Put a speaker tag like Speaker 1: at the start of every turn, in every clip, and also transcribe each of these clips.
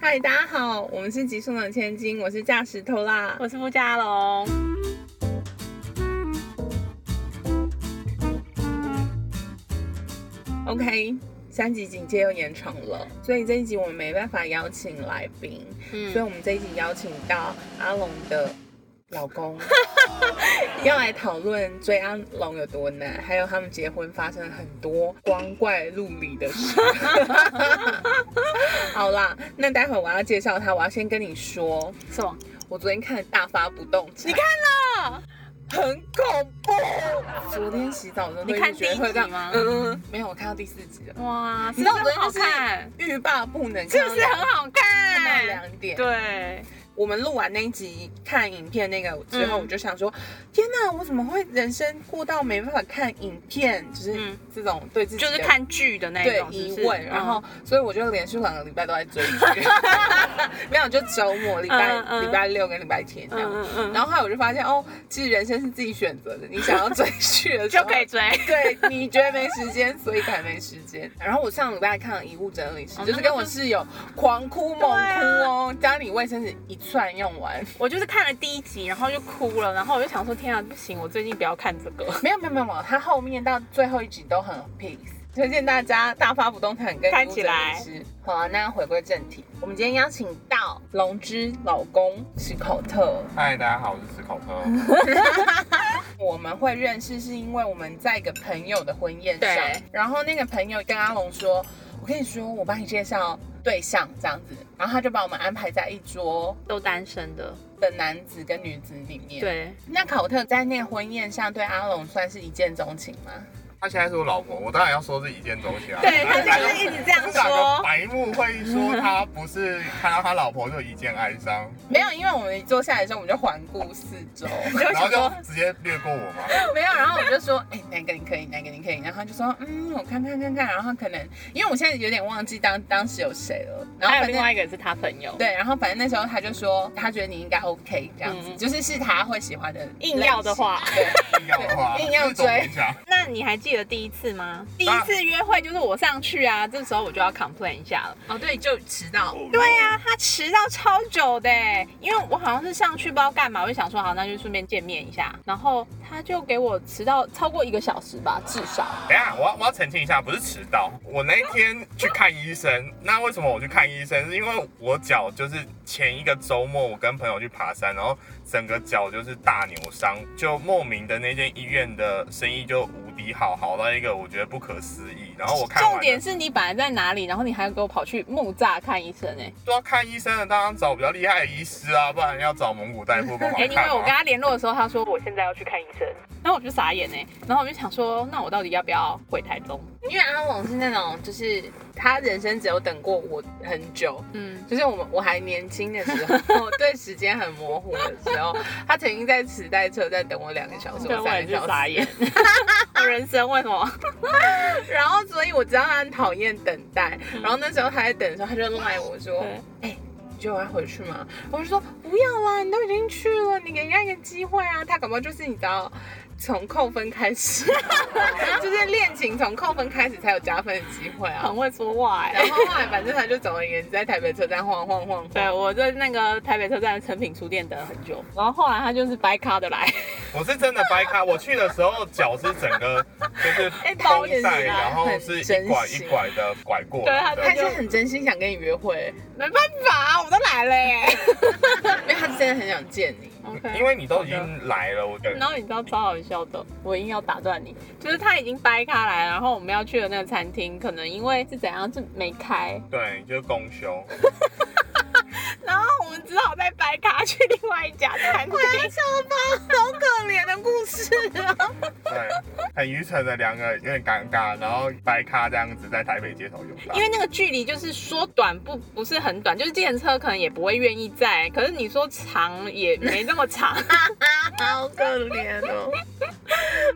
Speaker 1: 嗨，大家好，我们是极速能千金，我是驾石头啦。
Speaker 2: 我是傅家龙。
Speaker 1: OK，三级警戒又延长了，所以这一集我们没办法邀请来宾，所以
Speaker 2: 嗯，
Speaker 1: 我们这一集邀请到阿龙的老公， 要来讨论追阿龙有多难，还有他们结婚发生了很多光怪陆离的事。 好啦，那待会我要介绍他，我要先跟你说，
Speaker 2: 什么？
Speaker 1: 我昨天看《大发不动产》，
Speaker 2: 你看了？
Speaker 1: 很恐怖。昨天洗澡的时候，
Speaker 2: 你看第一集
Speaker 1: 会这样
Speaker 2: 吗
Speaker 1: 嗯，嗯没有，我看到第四集了。
Speaker 2: 哇，
Speaker 1: 你
Speaker 2: 知
Speaker 1: 知道
Speaker 2: 道
Speaker 1: 我
Speaker 2: 很
Speaker 1: 昨天
Speaker 2: 好
Speaker 1: 就是
Speaker 2: 看，
Speaker 1: 欲罢不能，
Speaker 2: 是不是很好
Speaker 1: 看到
Speaker 2: 看？
Speaker 1: 两点？
Speaker 2: 对，
Speaker 1: 我们录完那一集看影片那个之后，
Speaker 2: 嗯
Speaker 1: 我就想说，天哪，我怎么会人生过到没办法看影片？就是
Speaker 2: 嗯
Speaker 1: 这种对自己
Speaker 2: 就
Speaker 1: 的
Speaker 2: 是看剧的那一
Speaker 1: 对
Speaker 2: 种，是
Speaker 1: 疑
Speaker 2: 不是嗯
Speaker 1: 问，然后所以我就连续两个礼拜都在 追剧，没有就周末礼拜
Speaker 2: 嗯嗯
Speaker 1: 礼拜六跟礼拜天这
Speaker 2: 嗯
Speaker 1: 样。
Speaker 2: 嗯嗯，
Speaker 1: 然后后来我就发现哦，其实人生是自己选择的，你想要追剧的时
Speaker 2: 就
Speaker 1: 候
Speaker 2: 可以。追。
Speaker 1: 对，你觉得没时间，所以才没时间。然后我上礼拜看了《遗物整理师》
Speaker 2: 哦
Speaker 1: 就是跟我室友狂哭猛哭
Speaker 2: 对啊
Speaker 1: 哦，家里卫生纸一串用完。
Speaker 2: 我就是看了第一集，然后就哭了，然后我就想说，天啊，不行，我最近不要看这个。
Speaker 1: 没有没有没有没有，他后面到最后一集都很 peace。推荐大家大发不动产跟
Speaker 2: 看起
Speaker 1: 遗
Speaker 2: 来
Speaker 1: 物整理师。好啊，那回归正题，我们今天邀请到龙之老公史考特，
Speaker 3: 嗨，大家好，我是史 考特。
Speaker 1: 我们会认识是因为我们在一个朋友的婚宴上
Speaker 2: 对，
Speaker 1: 然后那个朋友跟阿龙说：“我跟你说，我帮你介绍对象这样子。”然后他就把我们安排在一桌
Speaker 2: 都单身的，
Speaker 1: 的男子跟女子里面。，
Speaker 2: 对，
Speaker 1: 那考特在那个婚宴上对阿龙算是一见钟情吗？
Speaker 3: 她现在是我老婆，我当然要说是一见钟情啊。
Speaker 2: 对，他
Speaker 3: 哪
Speaker 2: 就
Speaker 3: 个
Speaker 2: 是一直这样
Speaker 3: 哪个
Speaker 2: 说。
Speaker 3: 白目会说他不是看到他老婆就一见哀 伤，
Speaker 1: 没有，因为我们一坐下来的时候，我们就环顾四周，
Speaker 2: 就
Speaker 3: 然后
Speaker 2: 想
Speaker 3: 就
Speaker 2: 说，
Speaker 3: 直接略过我 嘛？
Speaker 1: 没有，然后我就说，哎、哪个你可以，哪个你可以，然后他就说，嗯，我看看看看，然后可能因为我现在有点忘记当当时有谁了，然后
Speaker 2: 还有
Speaker 1: 反
Speaker 2: 另
Speaker 1: 正
Speaker 2: 外一个也是他朋友，
Speaker 1: 对，然后反正那时候他就说，他觉得你应该 OK 这样子，
Speaker 2: 嗯
Speaker 1: 就是是他会喜欢的类型，
Speaker 2: 硬要的话。
Speaker 3: 硬要的话，
Speaker 1: 硬要追
Speaker 3: 这种影响
Speaker 2: 那你还记得第一次
Speaker 1: 啊
Speaker 2: 吗？第
Speaker 3: 当
Speaker 2: 一
Speaker 3: 然
Speaker 2: 次约会就是我上去啊，这时候我就要 complain 一下了。
Speaker 1: 哦，对，就迟到，
Speaker 2: 对呀、他迟到超久的欸，因为我好像是上去不知道干嘛，我就想说好，那就顺便见面一下。然后他就给我迟到超过一个小时吧，至少。
Speaker 3: 等一下，我要我要澄清一下，不是迟到。我那一天去看医生，那为什么我去看医生？是因为我脚就是前一个周末我跟朋友去爬山，然后整个脚就是大扭伤，就莫名的那间医院的生意就无敌好，好到一个我觉得不可思议。然后我看完
Speaker 2: 重点是你本来在哪里，然后你还给我跑去木栅看医生 哎、
Speaker 3: 都要看医生的，当然找比较厉害的医师啊，不然要找蒙古大夫帮 忙
Speaker 2: 哎、
Speaker 3: 看
Speaker 2: 因为我跟
Speaker 3: 嘛。
Speaker 2: 他联络的时候，他说我现在要去看医生，然后我就傻眼哎、然后我就想说，那我到底要不要回台中？
Speaker 1: 因为阿龙是那种，就是他人生只有等过我很久，
Speaker 2: 嗯，
Speaker 1: 就是我们我还年轻的时 候，对时间很模糊的时候，他曾经在磁带车站等我两个小时，
Speaker 2: 对，
Speaker 1: 我
Speaker 2: 我也
Speaker 1: 三
Speaker 2: 是
Speaker 1: 个小
Speaker 2: 傻
Speaker 1: 时。
Speaker 2: 眼，我人生为什么？
Speaker 1: 然后所以我知道他很讨厌等待。然后那时候他在等的时候，他就赖我说
Speaker 2: 对：“
Speaker 1: 哎、你觉得我要回去吗？”我就说：“不要啦，你都已经去了，你给人家一个机会啊。”他搞不好就是你知道。从扣分开始， 就是恋情从扣分开始才有加分的机会啊
Speaker 2: 很。会说话哎、
Speaker 1: 然后后来反正他就总而言之在台北车站晃晃晃晃。
Speaker 2: 对，啊我在那个台北车站的成品书店等了很久，然后后来他就是掰咖的来，
Speaker 3: 我是真的掰开，我去的时候脚是整个就是
Speaker 2: 哎包
Speaker 3: 绷
Speaker 2: 起
Speaker 3: 带，
Speaker 2: 来
Speaker 3: 然后是一拐一拐的拐过来的
Speaker 2: 对
Speaker 1: 他
Speaker 2: 他。
Speaker 1: 是很真心想跟你约会，
Speaker 2: 没办法，啊我都来了耶。
Speaker 1: 因为他真的很想见你。
Speaker 3: 因
Speaker 2: OK。
Speaker 3: 为你都已经来了，我觉得
Speaker 2: 然后你知道超好笑的，我硬要打断你，就是他已经掰咖来了，然后我们要去的那个餐厅，可能因为是怎样是没开，
Speaker 3: 对，就是公休。
Speaker 2: 然后我们只好再掰咖去另外一家餐厅。
Speaker 1: 啊笑吧，好可怜的故事啊！
Speaker 3: 对，很愚蠢的两个，有点尴尬，然后白咖这样子在台北街头游荡
Speaker 2: 因。为那个距离就是说短不不是很短，就是计程车可能也不会愿意载，可是你说长也没那 么长。
Speaker 1: 好可怜哦。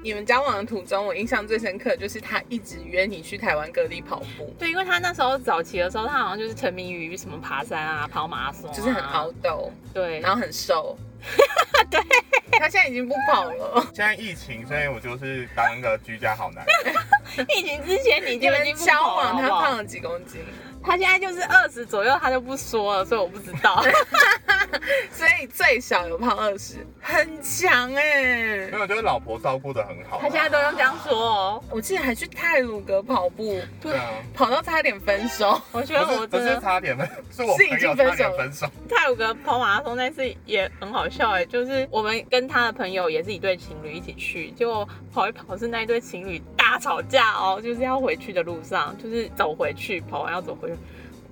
Speaker 1: 你们交往的途中，我印象最深刻就是他一直约你去台湾各地跑步，
Speaker 2: 对，因为他那时候早期的时候，他好像就是沉迷于什么爬山啊、跑马拉松、
Speaker 1: 就是很凹。斗，
Speaker 2: 对，
Speaker 1: 然后很 瘦。对，他现在已经不跑了。
Speaker 3: 现在疫情，所以我就是当一个居家好男人。
Speaker 2: 疫情之前你
Speaker 1: 你
Speaker 2: 就已
Speaker 1: 们
Speaker 2: 经不
Speaker 1: 交
Speaker 2: 跑了
Speaker 1: 往，他
Speaker 2: 好不好
Speaker 1: 胖了几公斤？
Speaker 2: 他现在就是二十左右，他就不说了，所以我不知 道。
Speaker 1: 所以最少有胖二十，很强哎、
Speaker 3: 没有，就是老婆照顾的很好啊。
Speaker 2: 他现在都用这样说哦。
Speaker 1: 我记得还去泰鲁阁跑步，
Speaker 3: 对啊，
Speaker 1: 跑到差点分 手。
Speaker 2: 我觉
Speaker 3: 不
Speaker 2: 得
Speaker 3: 是
Speaker 2: 我
Speaker 3: 不
Speaker 2: 真
Speaker 3: 是
Speaker 2: 的
Speaker 3: 差点分， 是我
Speaker 1: 是已
Speaker 3: 朋友
Speaker 1: 经分
Speaker 3: 差点
Speaker 1: 手
Speaker 3: 分手。
Speaker 2: 泰鲁格跑马拉松那次也很好笑哎、就是我们跟他的朋友也是一对情侣一起去，结果跑一跑是那一对情侣大吵架哦，就是要回去的路上，就是走回去，跑完要走回去，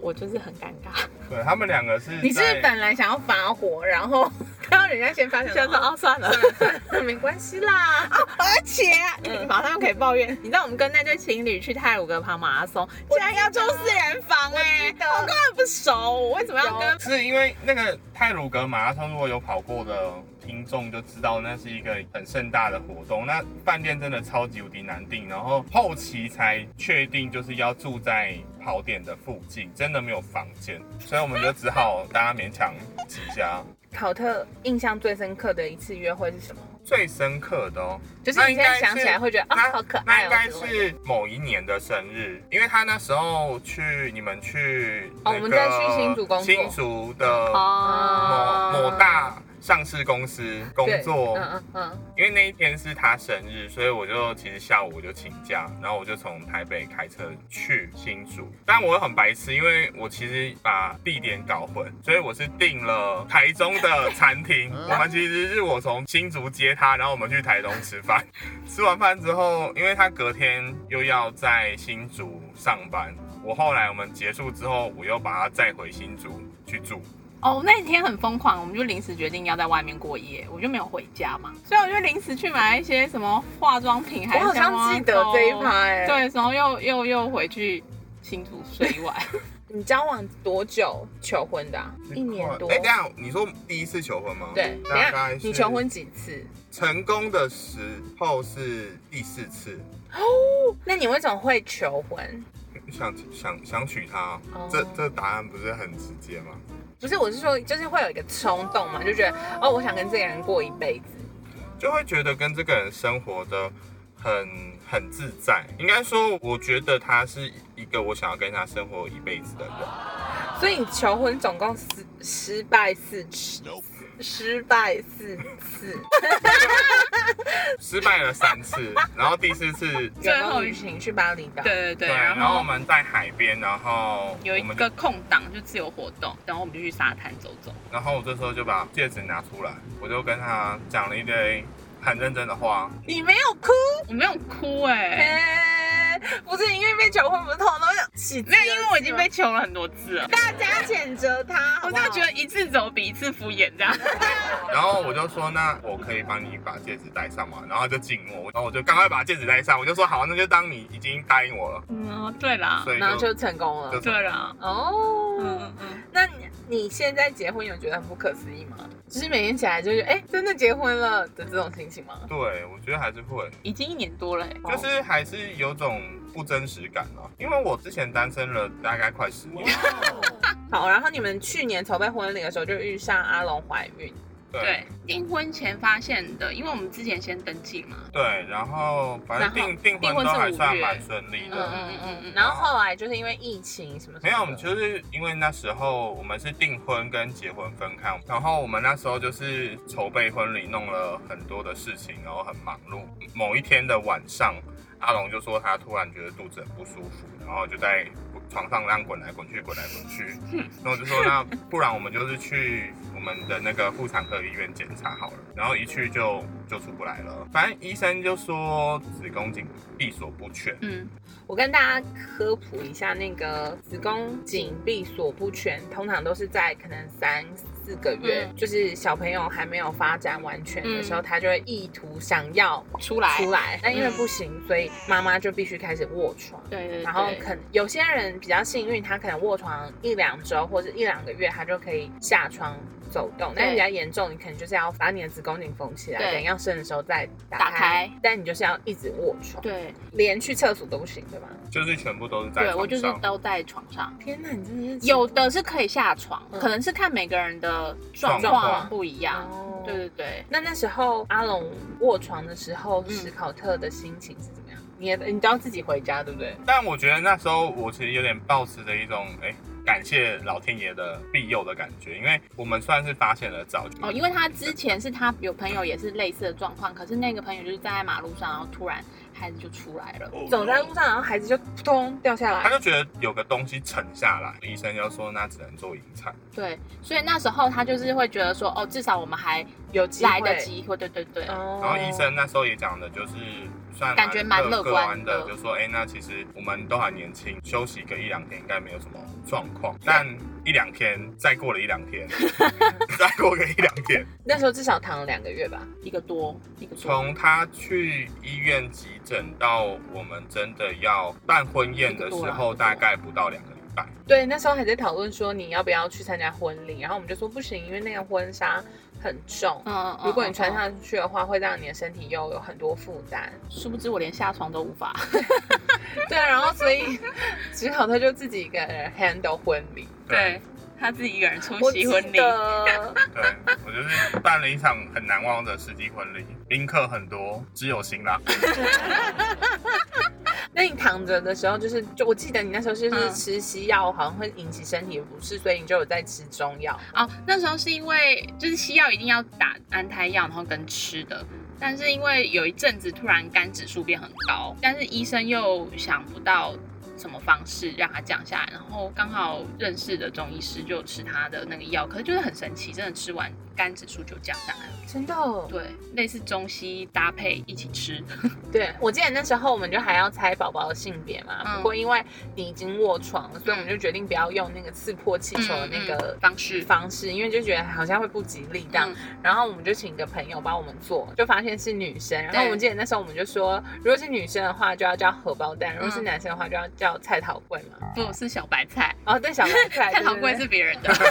Speaker 2: 我就是很尴尬，
Speaker 3: 对他们两个是
Speaker 1: 你是不是
Speaker 3: 在
Speaker 1: 本来想要发火，然后 看到人家先发火，
Speaker 2: 想说哦算了，
Speaker 1: 没关系
Speaker 3: 啊
Speaker 1: 啦。
Speaker 2: 而且你嗯马上就可以抱怨，你知道我们跟那对情侣去泰鲁格跑马拉松，竟然要住四人房哎、
Speaker 1: 我记得
Speaker 2: 我根本不熟，我为什么要跟
Speaker 1: 有
Speaker 3: 是因为那个泰鲁格马拉松，如果有跑过的听众就知道，那是一个很盛大的活动。那饭店真的超级无敌难订，然后后期才确定就是要住在跑点的附近，真的没有房间，所以我们就只好大家勉强挤 下。
Speaker 1: 考特印象最深刻的一次约会是什么？
Speaker 3: 最深刻的哦，
Speaker 1: 就是
Speaker 3: 那
Speaker 1: 你
Speaker 3: 应
Speaker 1: 现
Speaker 3: 该
Speaker 1: 在
Speaker 3: 是
Speaker 1: 想起来会觉得啊、
Speaker 3: 那
Speaker 1: 好可
Speaker 3: 那
Speaker 1: 爱
Speaker 3: 应
Speaker 1: 哦。
Speaker 3: 该
Speaker 1: 之类的
Speaker 3: 是某一年的生日，因为他那时候去你们去、那
Speaker 1: 哦
Speaker 3: 个
Speaker 1: 我们在去新竹工作
Speaker 3: 新竹的
Speaker 2: 哦
Speaker 3: 某某大上市公司工
Speaker 1: 对
Speaker 3: 作，
Speaker 1: 嗯嗯嗯，
Speaker 3: 因为那一天是他生日，所以我就其实下午我就请假，然后我就从台北开车去新竹。但我很白痴，因为我其实把地点搞混，所以我是订了台中的 餐厅。
Speaker 1: 嗯
Speaker 3: 我们其实是我从新竹接他，然后我们去台中吃饭。吃完饭之后，因为他隔天又要在新竹上班，我后来我们结束之后，我又把他载回新竹去住。
Speaker 2: 哦，那天很疯狂，我们就临时决定要在外面过夜，我就没有回家嘛，所以我就临时去买一些什么化妆品还
Speaker 1: 我
Speaker 2: 是
Speaker 1: 好
Speaker 2: 香
Speaker 1: 像
Speaker 2: 瓜
Speaker 1: 记得
Speaker 2: 粥
Speaker 1: 这一趴哎、，
Speaker 2: 啊对，然后又又又回去新竹睡一晚，
Speaker 1: 你交往多久求婚的啊、一年多。
Speaker 3: 哎、等一下你说第一次求婚吗？
Speaker 1: 对，等一
Speaker 3: 大
Speaker 1: 下
Speaker 3: 概是
Speaker 1: 你求婚几次？
Speaker 3: 成功的时候是第四次，
Speaker 1: 那你为什么会求婚？
Speaker 3: 想想想娶她、
Speaker 1: 哦
Speaker 3: 这这答案不是很直接吗？
Speaker 1: 不是，我是说，就是会有一个冲动嘛，就觉得哦，我想跟这个人过一辈子。
Speaker 3: 就会觉得跟这个人生活的很很自在。应该说，我觉得他是一个我想要跟他生活一辈子的人。
Speaker 1: 所以你求婚总共失失败四次，失败四次，
Speaker 3: 失败了三次，然后第四次，
Speaker 1: 员工旅行去巴厘岛。
Speaker 2: 对对对，然
Speaker 3: 然后我
Speaker 2: 后
Speaker 3: 们在海边，然后
Speaker 2: 有一
Speaker 3: 我们就
Speaker 2: 个空档就自由活动，然后我们就去沙滩走走，
Speaker 3: 然后我这时候就把戒指拿出来，我就跟他讲了一堆很认真的话，
Speaker 1: 你没有哭？
Speaker 2: 我没有哭哎、
Speaker 1: 哎，不是因为被求婚，不是通常都要起
Speaker 2: 没有，因为我已经被求了很多次了，
Speaker 1: 大家谴责他，好
Speaker 2: 我
Speaker 1: 不
Speaker 2: 真
Speaker 1: 好
Speaker 2: 的觉得一次走比一次敷衍这样。
Speaker 3: 然后我就说，那我可以帮你把戒指戴上嘛？然后他就静默，然后我就赶快把戒指戴上，我就说好，那就当你已经答应我了，
Speaker 2: 嗯，对啦，
Speaker 3: 所以
Speaker 1: 然后
Speaker 3: 就
Speaker 1: 就成功
Speaker 3: 就
Speaker 1: 了。
Speaker 2: 对啦，
Speaker 1: 哦，
Speaker 2: 嗯嗯，
Speaker 1: 那你你现在结婚有觉得很不可思议吗？就是每天起来就是哎、真的结婚了的这种心情吗？
Speaker 3: 对，我觉得还是会，
Speaker 2: 已经一年多了、欸，
Speaker 3: 就是还是有种不真实感啊，因为我之前单身了大概快十年，
Speaker 1: 好，然后你们去年筹备婚礼的时候就遇上阿龙怀孕，
Speaker 3: 对
Speaker 2: 对，订婚前发现的，因为我们之前先登记嘛。
Speaker 3: 对，然后反正
Speaker 2: 然后
Speaker 3: 订订婚
Speaker 2: 订婚
Speaker 3: 都
Speaker 2: 是
Speaker 3: 还
Speaker 2: 五
Speaker 3: 算
Speaker 2: 月
Speaker 3: 蛮顺利
Speaker 2: 嗯
Speaker 3: 的，
Speaker 2: 嗯嗯嗯，
Speaker 1: 然后后来就是因为疫情什么什么的
Speaker 3: 没有，我们就是因为那时候我们是订婚跟结婚分开，然后我们那时候就是筹备婚礼，弄了很多的事情，然后很忙碌。某一天的晚上，阿龙就说他突然觉得肚子很不舒服，然后就在床上那样滚来滚去，滚来滚去。 然后我就说那不然我们就是去我们的那个妇产科医院检查好了。然后一去就就出不来了，反正医生就说子宫颈闭锁不全。
Speaker 2: 嗯，
Speaker 1: 我跟大家科普一下，那个子宫颈闭锁不全，通常都是在可能三四个月，
Speaker 2: 嗯
Speaker 1: 就是小朋友还没有发展完全的时候，
Speaker 2: 嗯
Speaker 1: 他就会意图想要
Speaker 2: 出来，
Speaker 1: 出来，但因为
Speaker 2: 嗯
Speaker 1: 不行，所以妈妈就必须开始卧床。
Speaker 2: 对对对，
Speaker 1: 然后可能有些人比较幸运，他可能卧床一两周或者一两个月，他就可以下床走动。
Speaker 2: 对
Speaker 1: 但比较严重，你可能就是要把你的子宫颈缝起来，
Speaker 2: 对
Speaker 1: 等要生的时候再打
Speaker 2: 打开
Speaker 1: 但你就是要一直卧床，
Speaker 2: 对
Speaker 1: 连去厕所都不行，对吧？
Speaker 3: 就是全部都是在
Speaker 2: 对，我
Speaker 3: 床
Speaker 2: 就是
Speaker 3: 上。
Speaker 2: 都在床上。
Speaker 1: 天哪，你真的是
Speaker 2: 有的是可以下床，
Speaker 1: 嗯
Speaker 2: 可能是看每个人的状
Speaker 3: 状况
Speaker 2: 况不一样。
Speaker 1: 哦
Speaker 2: 对对对，
Speaker 1: 那那时候阿龙卧床的时候，
Speaker 2: 嗯
Speaker 1: 史考特的心情是怎么样？
Speaker 2: 你也你都要自己回家，对不对？
Speaker 3: 但我觉得那时候我其实有点抱持着一种哎、感谢老天爷的庇佑的感觉，因为我们算是发现了早就
Speaker 2: 哦，因为他之前是他有朋友也是类似的状况，可是那个朋友就是站在马路上，然后突然孩子就出来了。
Speaker 1: 走在路上，然后孩子就扑通掉下
Speaker 3: 哦他
Speaker 1: 来。
Speaker 3: 就觉得有个东西沉下来，医生就说那只能做引产。
Speaker 2: 对，所以那时候他就是会觉得说，哦，至少我们还
Speaker 1: 有机会
Speaker 2: 来得及，或对对对，
Speaker 1: 哦
Speaker 3: 然后医生那时候也讲的就是算
Speaker 2: 感觉蛮乐
Speaker 3: 乐
Speaker 2: 观嗯的
Speaker 3: 的，就说哎、那其实我们都还年轻，休息个一两天应该没有什么状 况。但一两天，再过了一两天，再过个一两天，
Speaker 1: 那时候至少躺了两个月吧。
Speaker 2: 一个多一个多，嗯
Speaker 3: 从他去医院急诊到我们真的要办婚宴的时候，大概不到两个礼拜。
Speaker 1: 对，那时候还在讨论说你要不要去参加婚礼，然后我们就说不行，因为那个婚纱很重，
Speaker 2: 嗯
Speaker 1: 如果你穿，
Speaker 2: 嗯嗯
Speaker 1: 上去的话，会让你的身体又有很多负担。
Speaker 2: 嗯殊不知我连下床都无法。
Speaker 1: 对，啊然后所以只好他就自己一个人 handle 婚礼。
Speaker 3: 对，
Speaker 2: 他自己一个人出
Speaker 1: 我
Speaker 2: 席
Speaker 1: 记
Speaker 2: 婚礼，
Speaker 1: 得
Speaker 3: 对我就是办了一场很难忘的世纪婚礼，宾客很多，只有新郎。
Speaker 1: 那你躺着的时候，就是就我记得你那时候是不是
Speaker 2: 嗯
Speaker 1: 吃西药，好像会引起身体的不适，所以你就有在吃中药。
Speaker 2: 哦，那时候是因为就是西药一定要打安胎药，然后跟吃的。但是因为有一阵子突然肝指数变很高，但是医生又想不到什么方式让它降下来，然后刚好认识的中医师就吃他的那个药，可是就是很神奇，真的吃完肝指数就降下来了。
Speaker 1: 真的、哦？
Speaker 2: 对，嗯类似中西搭配一起吃，
Speaker 1: 对，我记得那时候我们就还要猜宝宝的性别嘛，
Speaker 2: 嗯
Speaker 1: 不过因为你已经卧床，所以我们就决定不要用那个刺破气球的那
Speaker 2: 嗯
Speaker 1: 个
Speaker 2: 嗯方式
Speaker 1: 方式，因为就觉得好像会不吉利这样。
Speaker 2: 嗯
Speaker 1: 然后我们就请一个朋友帮我们做，就发现是女生。然后
Speaker 2: 对
Speaker 1: 我记得那时候我们就说，如果是女生的话就要叫荷包蛋，如
Speaker 2: 嗯
Speaker 1: 果是男生的话就要叫菜桃贵嘛。
Speaker 2: 不是小白菜，
Speaker 1: 哦，对，小白菜，
Speaker 2: 菜
Speaker 1: 对
Speaker 2: 好贵。
Speaker 1: 对
Speaker 2: 是别人的。
Speaker 1: 对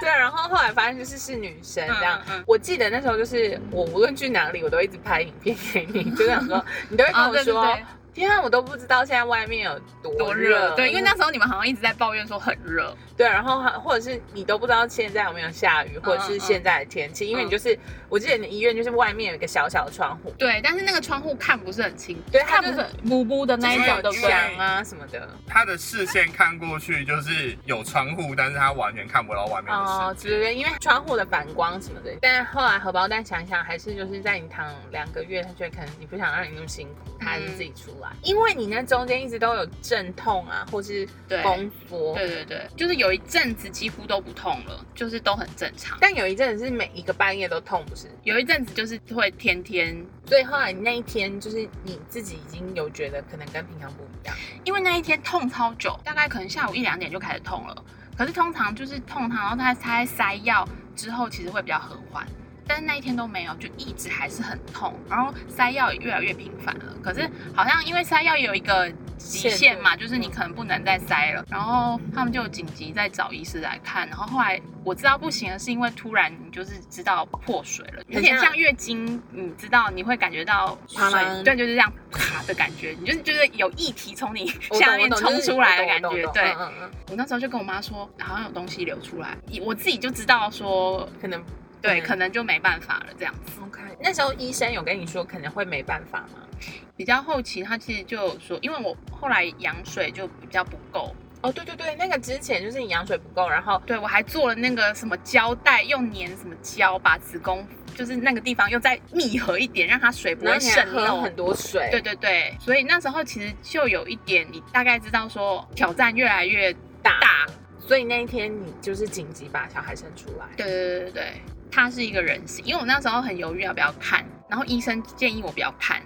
Speaker 1: 对，然后后来发现就是是女生这样。
Speaker 2: 嗯嗯嗯
Speaker 1: 我记得那时候就是我无论去哪里，我都一直拍影片给你，就想说你都会跟
Speaker 2: 啊
Speaker 1: 我
Speaker 2: 对对
Speaker 1: 说。
Speaker 2: 对，
Speaker 1: 天啊，我都不知道现在外面有多
Speaker 2: 多热，
Speaker 1: 热。嗯
Speaker 2: 对，因为那时候你们好像一直在抱怨说很热，
Speaker 1: 对，然后还或者是你都不知道现在有没有下雨，或者是现在的天气，
Speaker 2: 嗯
Speaker 1: 因为你就是，我记得你医院就是外面有一个小小的窗户，
Speaker 2: 对，但是那个窗户看不是很清，
Speaker 1: 对它
Speaker 2: 看
Speaker 1: 就
Speaker 2: 不
Speaker 1: 是
Speaker 2: 是模糊的那一种，
Speaker 3: 就
Speaker 2: 对不
Speaker 3: 是
Speaker 2: 对？
Speaker 1: 墙啊什么的，
Speaker 3: 他的视线看过去就是有窗户，但是他完全看不到外面的世界
Speaker 1: 哦，对对对，因为窗户的反光什么的。但后来荷包蛋想一想，还是就是在你躺两个月，他觉得可能你不想让你那么辛苦，他还是自己出
Speaker 2: 嗯
Speaker 1: 来，因为你那中间一直都有阵痛啊，或是
Speaker 2: 对
Speaker 1: 宫缩。
Speaker 2: 对对对，就是有一阵子几乎都不痛了，就是都很正常。
Speaker 1: 但有一阵子是每一个半夜都痛，不是？
Speaker 2: 有一阵子就是会天天，
Speaker 1: 所以后来那一天，就是你自己已经有觉得可能跟平常不一样，
Speaker 2: 因为那一天痛超久，大概可能下午一两点就开始痛了。可是通常就是痛它，然后它它塞药之后，其实会比较和缓。但是那一天都没有，就一直还是很痛，然后塞药也越来越频繁了。可是好像因为塞药有一个极限嘛，就是你可能不能再塞了。然后他们就紧急再找医师来看。然后后来我知道不行了，是因为突然你就是知道破水了，有点
Speaker 1: 很像
Speaker 2: 像月经，你知道你会感觉到
Speaker 1: 啪啦
Speaker 2: 水，对，就是这样啪的感觉，你就是觉得有液体从你
Speaker 1: 我懂
Speaker 2: 下面
Speaker 1: 我懂就
Speaker 2: 冲
Speaker 1: 是
Speaker 2: 出来的
Speaker 1: 我
Speaker 2: 感
Speaker 1: 懂我
Speaker 2: 觉
Speaker 1: 懂。
Speaker 2: 对
Speaker 1: 嗯嗯嗯，
Speaker 2: 我那时候就跟我妈说，好像有东西流出来，我自己就知道说，
Speaker 1: 可能
Speaker 2: 对，
Speaker 1: 嗯
Speaker 2: 可能就没办法了这样子。
Speaker 1: OK。那时候医生有跟你说可能会没办法吗？
Speaker 2: 比较后期，她其实就有说，因为我后来羊水就比较不够，
Speaker 1: 哦，对对对，那个之前就是你羊水不够，然后
Speaker 2: 对我还做了那个什么胶带，用粘什么胶把子宫就是那个地方又再密合一点，让它水不
Speaker 1: 然
Speaker 2: 会
Speaker 1: 后你还
Speaker 2: 渗
Speaker 1: 喝
Speaker 2: 漏
Speaker 1: 很。多水，
Speaker 2: 对对对，所以那时候其实就有一点，你大概知道说挑战越来越
Speaker 1: 大
Speaker 2: 大，
Speaker 1: 所以那一天你就是紧急把小孩生出来。
Speaker 2: 对对对对对，它是一个人形，因为我那时候很犹豫要不要看，然后医生建议我不要看。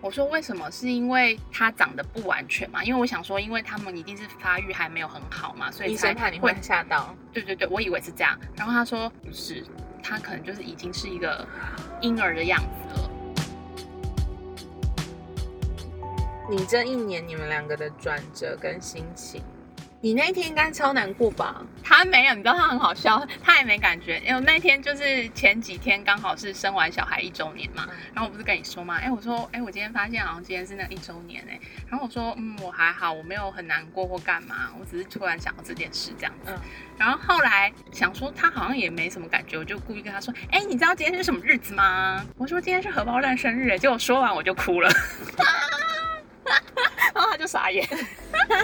Speaker 2: 我说为什么？是因为它长得不完全嘛？因为我想说，因为他们一定是发育还没有很好嘛，所以
Speaker 1: 医生
Speaker 2: 才
Speaker 1: 怕你会吓到，
Speaker 2: 对对对，我以为是这样。然后他说不是，他可能就是已经是一个婴儿的样子了。
Speaker 1: 你这一年你们两个的转折跟心情，你那一天应该超难过吧？
Speaker 2: 他没有，你知道他很好笑，他也没感觉。因为那天就是前几天刚好是生完小孩一周年嘛，然后我不是跟你说嘛，哎、我说，哎、我今天发现好像今天是那一周年哎、然后我说，嗯，我还好，我没有很难过或干嘛，我只是突然想到这件事这样子。
Speaker 1: 嗯
Speaker 2: 然后后来想说他好像也没什么感觉，我就故意跟他说，哎、你知道 今天是什么日子吗？我说今天是荷包蛋生日、哎结果说完我就哭了。他就傻眼。
Speaker 1: 但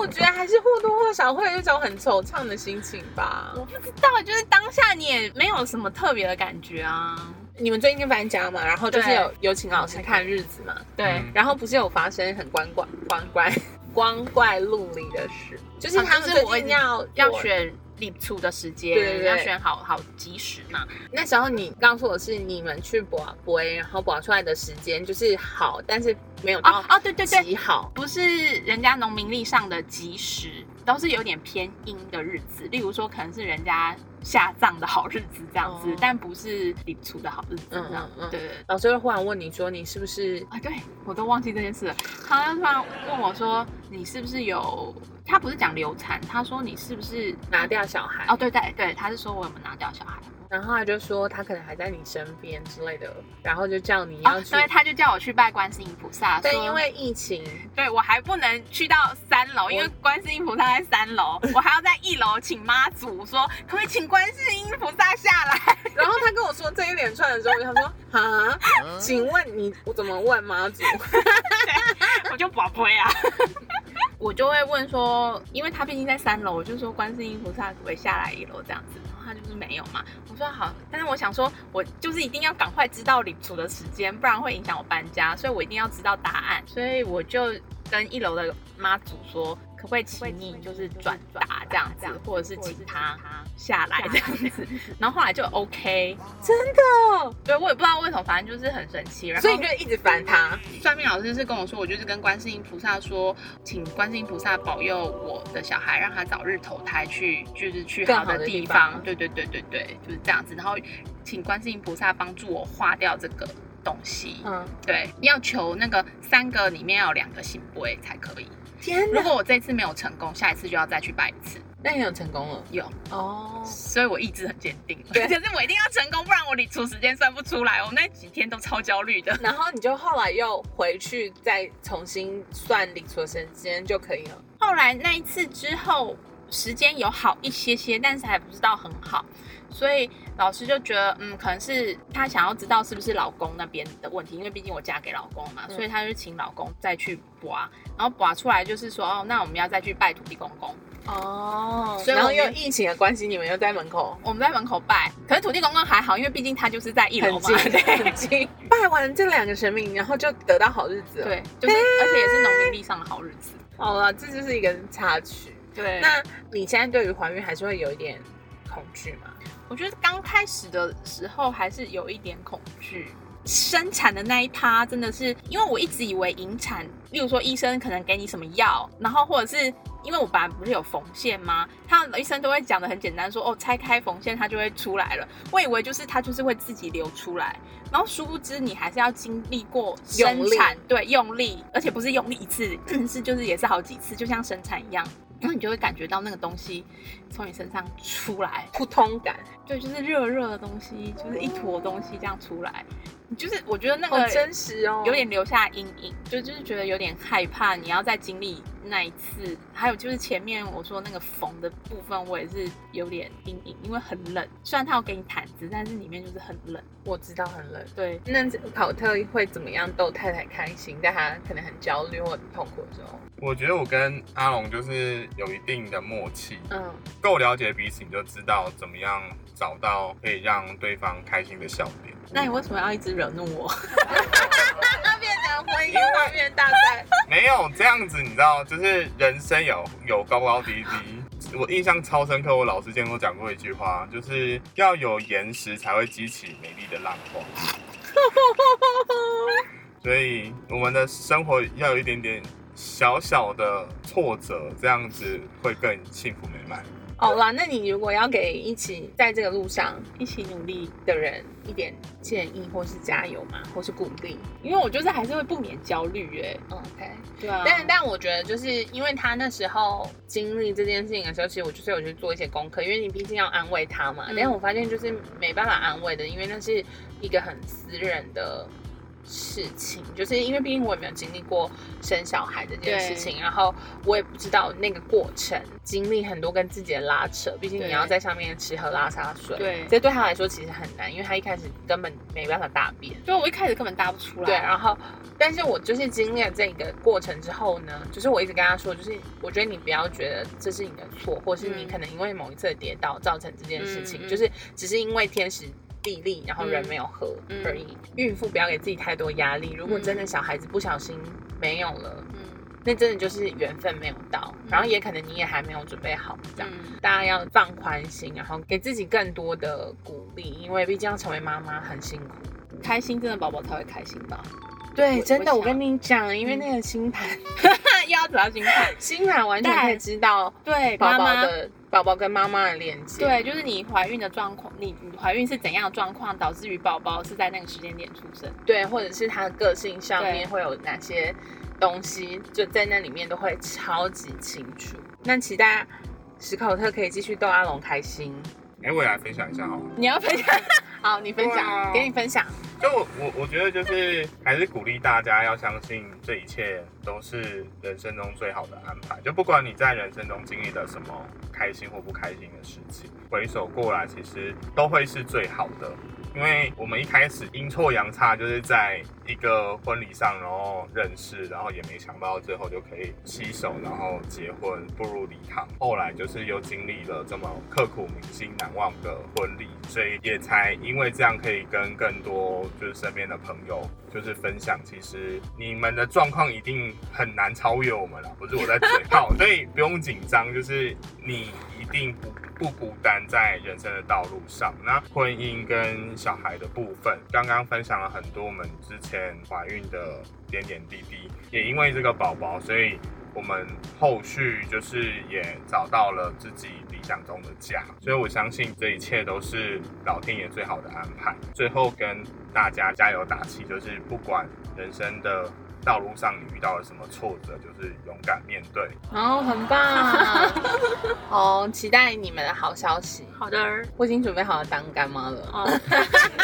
Speaker 1: 我觉得还是或多或少会有一种很惆怅的心情吧。
Speaker 2: 我不知道，就是当下你也没有什么特别的感觉啊。
Speaker 1: 你们最近搬家嘛，然后就是
Speaker 2: 对
Speaker 1: 有有请老师看日子嘛，
Speaker 2: 对，
Speaker 3: 嗯
Speaker 1: 然后不是有发生很光怪光怪 光怪陆离的事，就是
Speaker 2: 啊
Speaker 1: 他们
Speaker 2: 就是
Speaker 1: 最
Speaker 2: 我已
Speaker 1: 近
Speaker 2: 经
Speaker 1: 要
Speaker 2: 要
Speaker 1: 选。
Speaker 2: 选立出的时间，
Speaker 1: 对对对
Speaker 2: 要选好好及时嘛。
Speaker 1: 那时候你告诉我是你们去保博，然后保出来的时间就是好，但是没有
Speaker 2: 哦
Speaker 1: 到
Speaker 2: 哦，对对对，
Speaker 1: 极好。
Speaker 2: 不是人家农民历上的吉时，都是有点偏阴的日子，例如说可能是人家下葬的好日子这样子，
Speaker 1: 哦
Speaker 2: 但不是礼出的好日子这样。
Speaker 1: 嗯嗯嗯
Speaker 2: 对对对。
Speaker 1: 老师会忽然问你说你是不是
Speaker 2: 啊，对我都忘记这件事了。他突然问我说：“你是不是有？”他不是讲流产，他说你是不是
Speaker 1: 拿？掉小孩，
Speaker 2: 哦，对对对，他是说我有没有拿掉小孩？
Speaker 1: 然后他就说他可能还在你身边之类的，然后就叫你要
Speaker 2: 哦，
Speaker 1: 去。
Speaker 2: 对，他就叫我去拜观世音菩萨。
Speaker 1: 但
Speaker 2: 说
Speaker 1: 因为疫情，
Speaker 2: 对我还不能去到三楼，因为观世音菩萨在三楼，我还要在一楼请妈祖说，可不可以请观世音菩萨下来？
Speaker 1: 然后他跟我说这一连串的时候，我想说啊，请问你我怎么问妈祖？
Speaker 2: 我就宝贝啊，我就会问说，因为他毕竟在三楼，我就说观世音菩萨可不可以下来一楼这样子？然后他就是没有嘛，我说好，但是我想说，我就是一定要赶快知道礼处的时间，不然会影响我搬家，所以我一定要知道答案，所以我就跟一楼的妈祖说。可不可以请你就是转达这样子，或者是请他下来这样子，然后后来就哦 OK，
Speaker 1: 真的，
Speaker 2: 对我也不知道为什么，反正就是很神奇。然后
Speaker 1: 所以你就一直烦他。
Speaker 2: 算命老师是跟我说，我就是跟观世音菩萨说，请观世音菩萨保佑我的小孩，让他早日投胎去，就是去好
Speaker 1: 更好
Speaker 2: 的地
Speaker 1: 的地
Speaker 2: 方
Speaker 1: 方。
Speaker 2: 对对对对对，就是这样子。然后请观世音菩萨帮助我化掉这个东西。
Speaker 1: 嗯，
Speaker 2: 对，要求那个三个里面要有两个醒杯才可以。
Speaker 1: 天
Speaker 2: 如
Speaker 1: 哪，
Speaker 2: 果我这次没有成功，下一次就要再去拜一次。
Speaker 1: 那你有成功了
Speaker 2: 有，
Speaker 1: 哦。
Speaker 2: 所以我意志很坚定。
Speaker 1: 对
Speaker 2: 可是我一定要成功，不然我理出时间算不出来。我那几天都超焦虑的。
Speaker 1: 然后你就后来又回去再重新算理所时间就可以了。
Speaker 2: 后来那一次之后，时间有好一些些，但是还不知道很好，所以老师就觉得，嗯，可能是他想要知道是不是老公那边的问题，因为毕竟我嫁给老公嘛，
Speaker 1: 嗯
Speaker 2: 所以他就请老公再去刮，然后刮出来就是说，哦，那我们要再去拜土地公公，
Speaker 1: 哦
Speaker 2: 所以
Speaker 1: 然后
Speaker 2: 我
Speaker 1: 又
Speaker 2: 们
Speaker 1: 疫情的关系，你们又在门口
Speaker 2: 我们在门口拜，可是土地公公还好，因为毕竟他就是在一楼
Speaker 1: 很
Speaker 2: 嘛
Speaker 1: 近，
Speaker 2: 对
Speaker 1: 很 近，拜完这两个神明，然后就得到好日子了。，
Speaker 2: 对，就是而且也是农民历上的好日子，
Speaker 1: 好了，这就是一个插曲。
Speaker 2: 对那
Speaker 1: 那你现在对于怀孕还是会有一点恐惧吗？
Speaker 2: 我觉得刚开始的时候还是有一点恐惧。生产的那一趴真的是，因为我一直以为引产，例如说医生可能给你什么药，然后或者是因为我本来不是有缝线吗？他医生都会讲的很简单说哦，拆开缝线它就会出来了。我以为就是它就是会自己流出来，然后殊不知你还是要经历过生产，对，用力，而且不是用力一次，是就是也是好几次，就像生产一样，然后你就会感觉到那个东西从你身上出来，
Speaker 1: 扑通感，
Speaker 2: 对，就是热热的东西，就是一坨东西这样出来，你就是我觉得那
Speaker 1: 好
Speaker 2: 个
Speaker 1: 真实哦，
Speaker 2: 有点留下阴影，就就是觉得有点害怕，你要再经历那一次。还有就是前面我说那个缝的部分，我也是有点阴影，因为很冷，虽然它有给你毯子，但是里面就是很冷。
Speaker 1: 我知道很冷。
Speaker 2: 对，
Speaker 1: 那考特会怎么样逗太太开心？在她可能很焦虑或很痛苦的时候，
Speaker 3: 我觉得我跟阿龙就是有一定的默契，
Speaker 1: 嗯，
Speaker 3: 够了解彼此，你就知道怎么样找到可以让对方开心的笑点。
Speaker 2: 那你为什么要一直惹怒 我？
Speaker 1: 那变成婚姻方面大赛。
Speaker 3: 没有这样子，你知道，就是人生有有高高低低。 我印象超深刻，我老师今天跟我讲过一句话，就是要有岩石才会激起美丽的浪花。所以我们的生活要有一点点小小的挫折，这样子会更幸福美满。
Speaker 1: 好啦，那你如果要给一起在这个路上
Speaker 2: 一起努力，
Speaker 1: 的人一点建议，或是加油嘛，或是鼓励
Speaker 2: 因为我就是还是会不免焦虑耶、
Speaker 1: ，OK。
Speaker 2: 对啊
Speaker 1: 但但我觉得，就是因为他那时候经历这件事情的时候，其实我就是有去做一些功课，因为你毕竟要安慰他嘛。
Speaker 2: 嗯
Speaker 1: 但是我发现就是没办法安慰的，因为那是一个很私人的事情，就是因为毕竟我也没有经历过生小孩这件事
Speaker 2: 对
Speaker 1: 情，然后我也不知道那个过程，经历很多跟自己的拉扯，毕竟你
Speaker 2: 对
Speaker 1: 要在上面吃喝拉撒睡，
Speaker 2: 对
Speaker 1: 这对他来说其实很难，因为他一开始根本没办法大便。
Speaker 2: 就我一开始根本答不出来。啊
Speaker 1: 对，啊然后，但是我就是经历了这个过程之后呢，就是我一直跟他说，就是我觉得你不要觉得这是你的错，或是你
Speaker 2: 嗯
Speaker 1: 可能因为某一次的跌倒造成这件事情，
Speaker 2: 嗯嗯
Speaker 1: 就是只是因为天时地利，然后人
Speaker 2: 嗯
Speaker 1: 没有合
Speaker 2: 嗯
Speaker 1: 而已。孕妇不要给自己太多压力，如果
Speaker 2: 嗯
Speaker 1: 真的小孩子不小心没有了，
Speaker 2: 嗯，
Speaker 1: 那真的就是缘分没有到，
Speaker 2: 嗯
Speaker 1: 然后也可能你也还没有准备好这样。
Speaker 2: 嗯
Speaker 1: 大家要放宽心，然后给自己更多的鼓励，因为毕竟要成为妈妈很辛苦。
Speaker 2: 开心真的宝宝才会开心吧？
Speaker 1: 对，
Speaker 2: 我
Speaker 1: 真的，
Speaker 2: 我
Speaker 1: 我跟
Speaker 2: 想嗯
Speaker 1: 你讲，因为那个星盘，
Speaker 2: 要主要心态。
Speaker 1: 星盘完全可以知道
Speaker 2: 对，
Speaker 1: 宝
Speaker 2: 妈
Speaker 1: 宝
Speaker 2: 妈。
Speaker 1: 的宝宝跟妈妈的连接。
Speaker 2: 对，就是你怀孕的状况，你你怀孕是怎样的状况，导致于宝宝是在那个时间点出生。
Speaker 1: 对，或者是他的个性上面
Speaker 2: 对
Speaker 1: 会有哪些东西，就在那里面都会超级清楚。那期待史考特可以继续逗阿龙开心。
Speaker 3: 哎、我也来分享一下好了。
Speaker 2: 你要分享，
Speaker 1: 好，你分享，
Speaker 2: 哦
Speaker 3: 哇
Speaker 2: 啊
Speaker 1: 给你分享。
Speaker 3: 就我我我觉得就是还是鼓励大家要相信这一切都是人生中最好的安排。就不管你在人生中经历了什么开心或不开心的事情，回首过来其实都会是最好的。因为我们一开始阴错阳差，就是在一个婚礼上，然后认识，然后也没想到最后就可以携手，然后结婚，步入礼堂。后来就是又经历了这么刻骨铭心、难忘的婚礼，所以也才因为这样可以跟更多就是身边的朋友就是分享，其实你们的状况一定很难超越我们了，不是我在嘴炮，所以不用紧张，就是你一定不不孤单在人生的道路上。那婚姻跟小孩的部分，刚刚分享了很多我们之前怀孕的点点滴滴，也因为这个宝宝，所以我们后续就是也找到了自己理想中的家。所以我相信这一切都是老天爷最好的安排。最后跟大家加油打气，就是不管人生的。道路上你遇到了什么挫折，就是勇敢面对。
Speaker 1: 哦，很棒！ 哦，期待你们的好消息。
Speaker 2: 好的，
Speaker 1: 我已经准备好了当干妈了。
Speaker 2: 哦，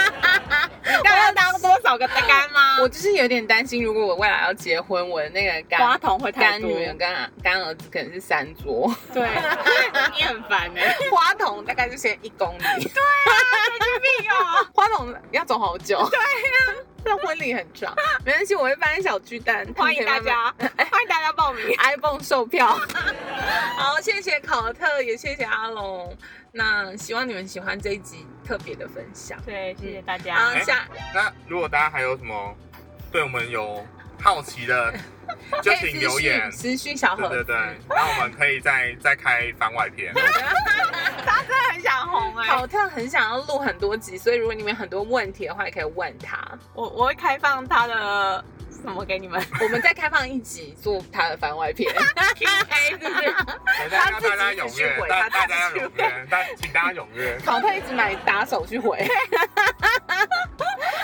Speaker 2: 你到底要当多少个干 妈？
Speaker 1: 我就是有点担心，如果我未来要结婚，我的那个
Speaker 2: 花
Speaker 1: 干
Speaker 2: 筒会太
Speaker 1: 干
Speaker 2: 多，
Speaker 1: 女儿跟啊干儿子可能是三桌，
Speaker 2: 对， 你很烦哎、
Speaker 1: 花筒大概就先一公里，
Speaker 2: 没啊 有，
Speaker 1: 花筒要走好久。对啊呀、 这婚礼很长，没关系，我会办小巨蛋，
Speaker 2: 欢迎大家， 欢迎大家报名。
Speaker 1: iPhone 售票。好，谢谢考特，也谢谢阿龙。那希望你们喜欢这一集特别的分享。
Speaker 2: 对，谢谢大家。
Speaker 1: 啊，下
Speaker 3: 那如果大家还有什么对我们有好 奇的，就
Speaker 1: 可以
Speaker 3: 请
Speaker 1: 私
Speaker 3: 留
Speaker 1: 讯
Speaker 3: 言。
Speaker 1: 私讯小
Speaker 3: 对
Speaker 1: 盒
Speaker 3: 对
Speaker 1: 子
Speaker 3: 对，然后我们可以再再开番外 篇。
Speaker 2: 他真的很想红哎、
Speaker 1: 考特很想要录很多集，所以如果你们有很多问题的话，也可以问他。
Speaker 2: 我我会开放他的什么给你们
Speaker 1: 我们再开放一集做他的番外篇。
Speaker 2: ？Q&A 是不是？
Speaker 3: 对大家
Speaker 1: 他自己
Speaker 3: 大家
Speaker 1: 一直
Speaker 3: 踊
Speaker 1: 去
Speaker 3: 跃，
Speaker 1: 回
Speaker 3: 大
Speaker 1: 他
Speaker 3: 大
Speaker 1: 自己
Speaker 3: 家要
Speaker 1: 去
Speaker 3: 踊跃，大请大家踊跃。
Speaker 1: 考特一直买打手去回。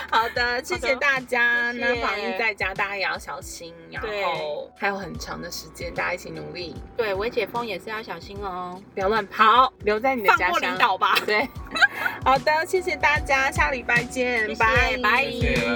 Speaker 1: 好的，谢谢大家。
Speaker 2: 谢谢
Speaker 1: 那防疫在家，大家也要小心，然
Speaker 2: 对
Speaker 1: 后还有很长的时间，大家一起努力，
Speaker 2: 对，微解封也是要小心哦，
Speaker 1: 不要乱跑，留在你的
Speaker 2: 放
Speaker 1: 家
Speaker 2: 过
Speaker 1: 乡
Speaker 2: 领。导吧。
Speaker 1: 对，好的，谢谢大家，下礼拜见，
Speaker 2: 谢谢
Speaker 1: 拜
Speaker 2: 拜
Speaker 3: 谢谢